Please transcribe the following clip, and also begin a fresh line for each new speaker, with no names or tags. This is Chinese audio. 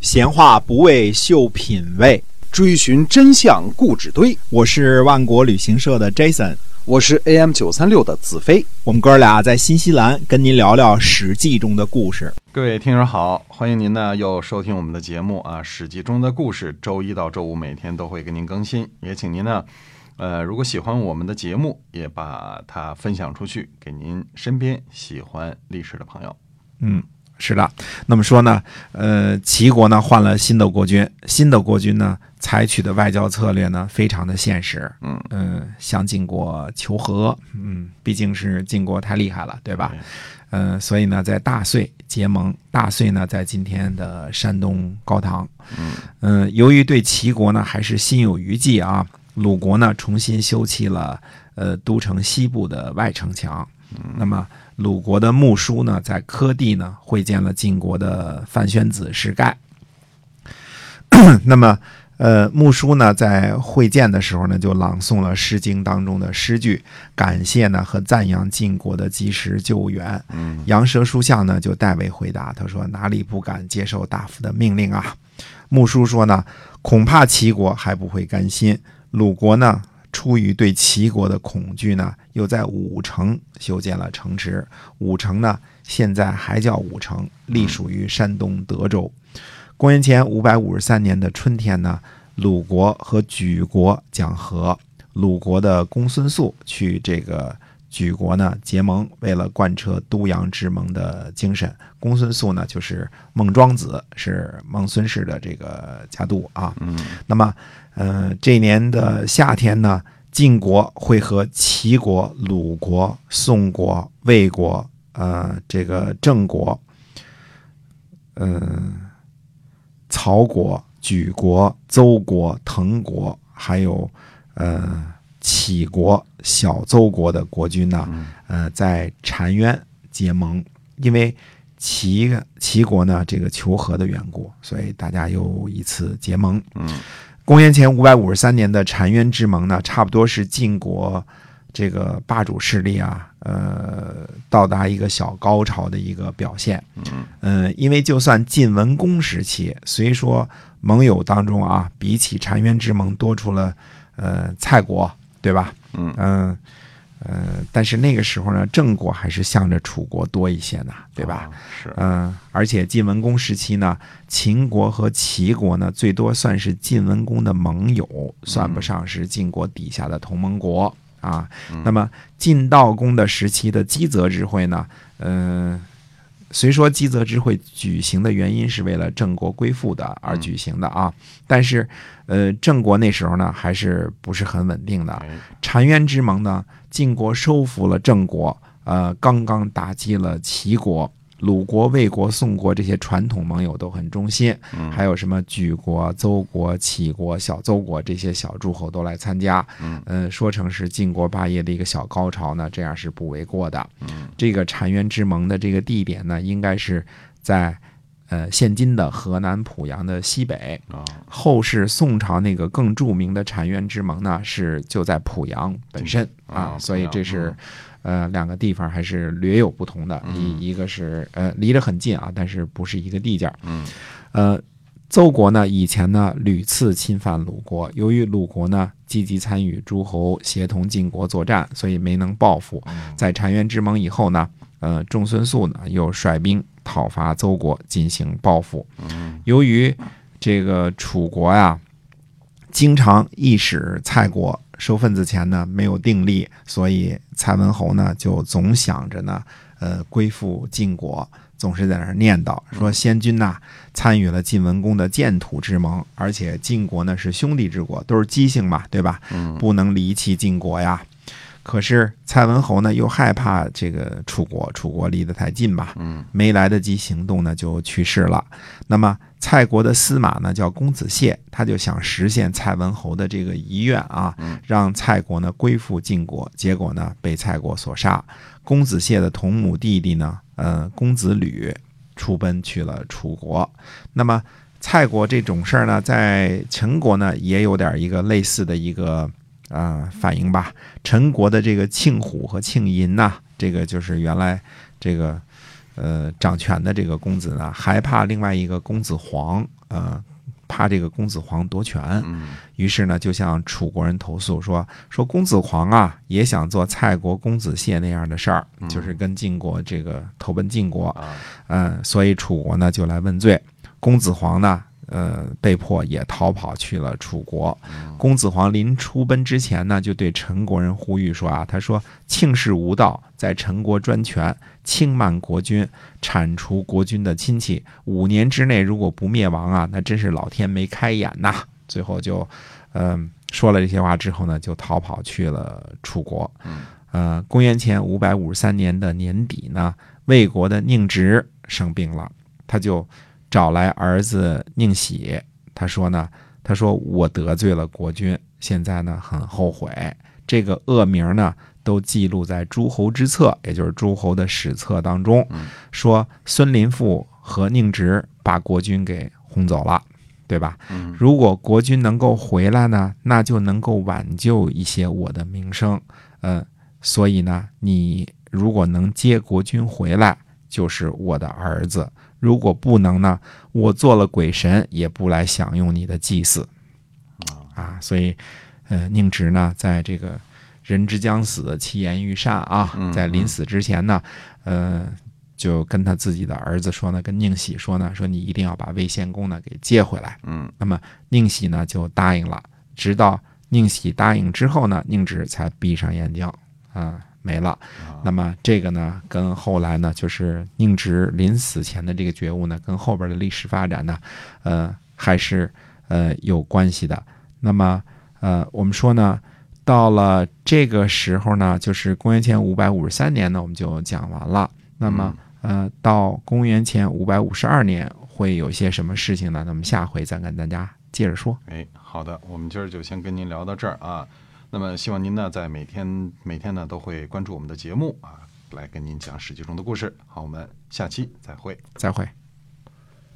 闲话不为秀品味，
追寻真相故纸堆。
我是万国旅行社的 Jason，
我是 AM 九三六的子飞。
我们哥俩在新西兰跟您聊聊《史记》中的故事。
各位听友好，欢迎您呢又收听我们的节目啊，《史记》中的故事，周一到周五每天都会给您更新，也请您呢，呃，如果喜欢我们的节目，也把它分享出去，给您身边喜欢历史的朋友。
嗯，是的。那么说呢，呃，齐国呢换了新的国君，新的国君呢采取的外交策略呢非常的现实，
嗯
嗯、向晋国求和，嗯，毕竟是晋国太厉害了，对吧？嗯、所以呢，在大遂结盟，大遂呢在今天的山东高唐，
嗯
嗯，由于对齐国呢还是心有余悸啊，鲁国呢重新修砌了呃都城西部的外城墙。那么鲁国的穆叔呢，在柯地呢会见了晋国的范宣子石盖。 那么，呃，穆叔呢在会见的时候呢，就朗诵了《诗经》当中的诗句，感谢呢和赞扬晋国的及时救援。
嗯
杨蛇书相呢就代为回答，他说：“哪里不敢接受大夫的命令啊？”穆叔说呢，恐怕齐国还不会甘心，鲁国呢出于对齐国的恐惧呢，又在武城修建了城池。武城呢现在还叫武城，隶属于山东德州。公元前五百五十三年的春天呢，鲁国和莒国讲和，鲁国的公孙述去这个莒国呢结盟，为了贯彻都阳之盟的精神，公孙述呢就是孟庄子，是孟孙氏的这个家督啊。
嗯
那么，呃，这一年的夏天呢，晋国会和齐国、鲁国、宋国、魏国，呃，这个郑国，嗯、曹国、莒国、邹国、滕国，还有呃杞国、小邹国的国君呢，
嗯
呃，在澶渊结盟，因为齐齐国呢这个求和的缘故，所以大家又一次结盟。
嗯
公元前五百五十三年的澶渊之盟呢，差不多是晋国这个霸主势力啊，呃，到达一个小高潮的一个表现。
嗯
嗯，因为就算晋文公时期，虽说盟友当中啊，比起澶渊之盟多出了呃蔡国，对吧？
嗯
嗯呃但是那个时候呢，郑国还是向着楚国多一些呢，对吧？？
啊是，
嗯，而且晋文公时期呢，秦国和齐国呢，最多算是晋文公的盟友，算不上是晋国底下的同盟国啊。那么晋悼公的时期的基泽之会呢，嗯、虽说基泽之会举行的原因是为了郑国归附的而举行的啊，但是，呃，郑国那时候呢还是不是很稳定的，
哎
澶渊之盟呢，晋国收服了郑国，呃，刚刚打击了齐国。鲁国、魏国、宋国这些传统盟友都很忠心，
嗯
还有什么莒国、邹国、杞国、小邹国这些小诸侯都来参加，
嗯
呃，说成是晋国霸业的一个小高潮呢，这样是不为过的。
嗯
这个澶渊之盟的这个地点呢，应该是在呃现今的河南濮阳的西北，
啊
后世宋朝那个更著名的澶渊之盟呢，是就在濮阳本身
嗯
啊
啊，
所以
濮阳
这是，呃，两个地方还是略有不同的。
嗯
一一个是呃离得很近啊，但是不是一个地界儿。
嗯
呃，邹国呢以前呢屡次侵犯鲁国，由于鲁国呢积极参与诸侯协同晋国作战，所以没能报复。
哦
在澶渊之盟以后呢，呃，仲孙述呢又率兵讨伐邹国进行报复。
嗯
由于这个楚国呀、经常一使蔡国收份子钱呢没有定力，所以蔡文侯呢就总想着呢，呃，归附晋国，总是在那儿念叨说先君呐、参与了晋文公的建土之盟，而且晋国呢是兄弟之国，都是姬姓嘛，对吧？
嗯
不能离弃晋国呀。可是蔡文侯呢又害怕这个楚国，楚国离得太近嘛，
嗯
没来得及行动呢，就去世了。那么蔡国的司马呢，叫公子燮，他就想实现蔡文侯的这个遗愿啊
嗯，
让蔡国呢归附晋国。结果呢，被蔡国所杀。公子燮的同母弟弟呢，呃，公子吕出奔去了楚国。那么蔡国这种事儿呢，在陈国呢也有点一个类似的一个呃反应吧。呃陈国的这个庆虎和庆银呐、这个就是原来这个呃掌权的这个公子呢，还怕另外一个公子黄啊、呃怕这个公子黄夺权，
嗯
于是呢就向楚国人投诉说说公子黄啊也想做蔡国公子燮那样的事儿，就是跟晋国这个投奔晋国，
啊，
嗯，所以楚国呢就来问罪。公子黄呢，呃，被迫也逃跑去了楚国。公子黄临出奔之前呢，就对陈国人呼吁说啊，他说：“庆氏无道，在陈国专权，轻慢国君，铲除国君的亲戚。五年之内如果不灭亡啊，那真是老天没开眼呐。”最后就，嗯、说了这些话之后呢，就逃跑去了楚国。
嗯
呃，公元前五百五十三年的年底呢，魏国的宁直生病了，他就找来儿子宁喜，他说呢，他说我得罪了国君，现在呢很后悔，这个恶名呢都记录在诸侯之册，也就是诸侯的史册当中
嗯，
说孙林父和宁直把国君给轰走了，对吧？
嗯
如果国君能够回来呢，那就能够挽救一些我的名声。呃，所以呢，你如果能接国君回来，就是我的儿子；如果不能呢，我做了鬼神也不来享用你的祭祀。啊，所以，呃，宁直呢，在这个人之将死，其言欲善啊
嗯，
在临
嗯
死之前呢，呃，就跟他自己的儿子说呢，跟宁喜说呢，说你一定要把魏献公呢给接回来。
嗯
那么宁喜呢就答应了，直到宁喜答应之后呢，宁直才闭上眼睛啊、没了。那么这个呢，跟后来呢，就是宁直临死前的这个觉悟呢，跟后边的历史发展呢，呃，还是呃有关系的。那么呃，我们说呢。到了这个时候呢，就是公元前五百五十三年呢，我们就讲完了。那么，呃，到公元前五百五十二年会有些什么事情呢？那么下回再跟大家接着说。
哎，好的，我们今儿就先跟您聊到这儿啊。那么希望您呢，在每天每天呢都会关注我们的节目啊，来跟您讲《史记》中的故事。好，我们下期再会。
再会。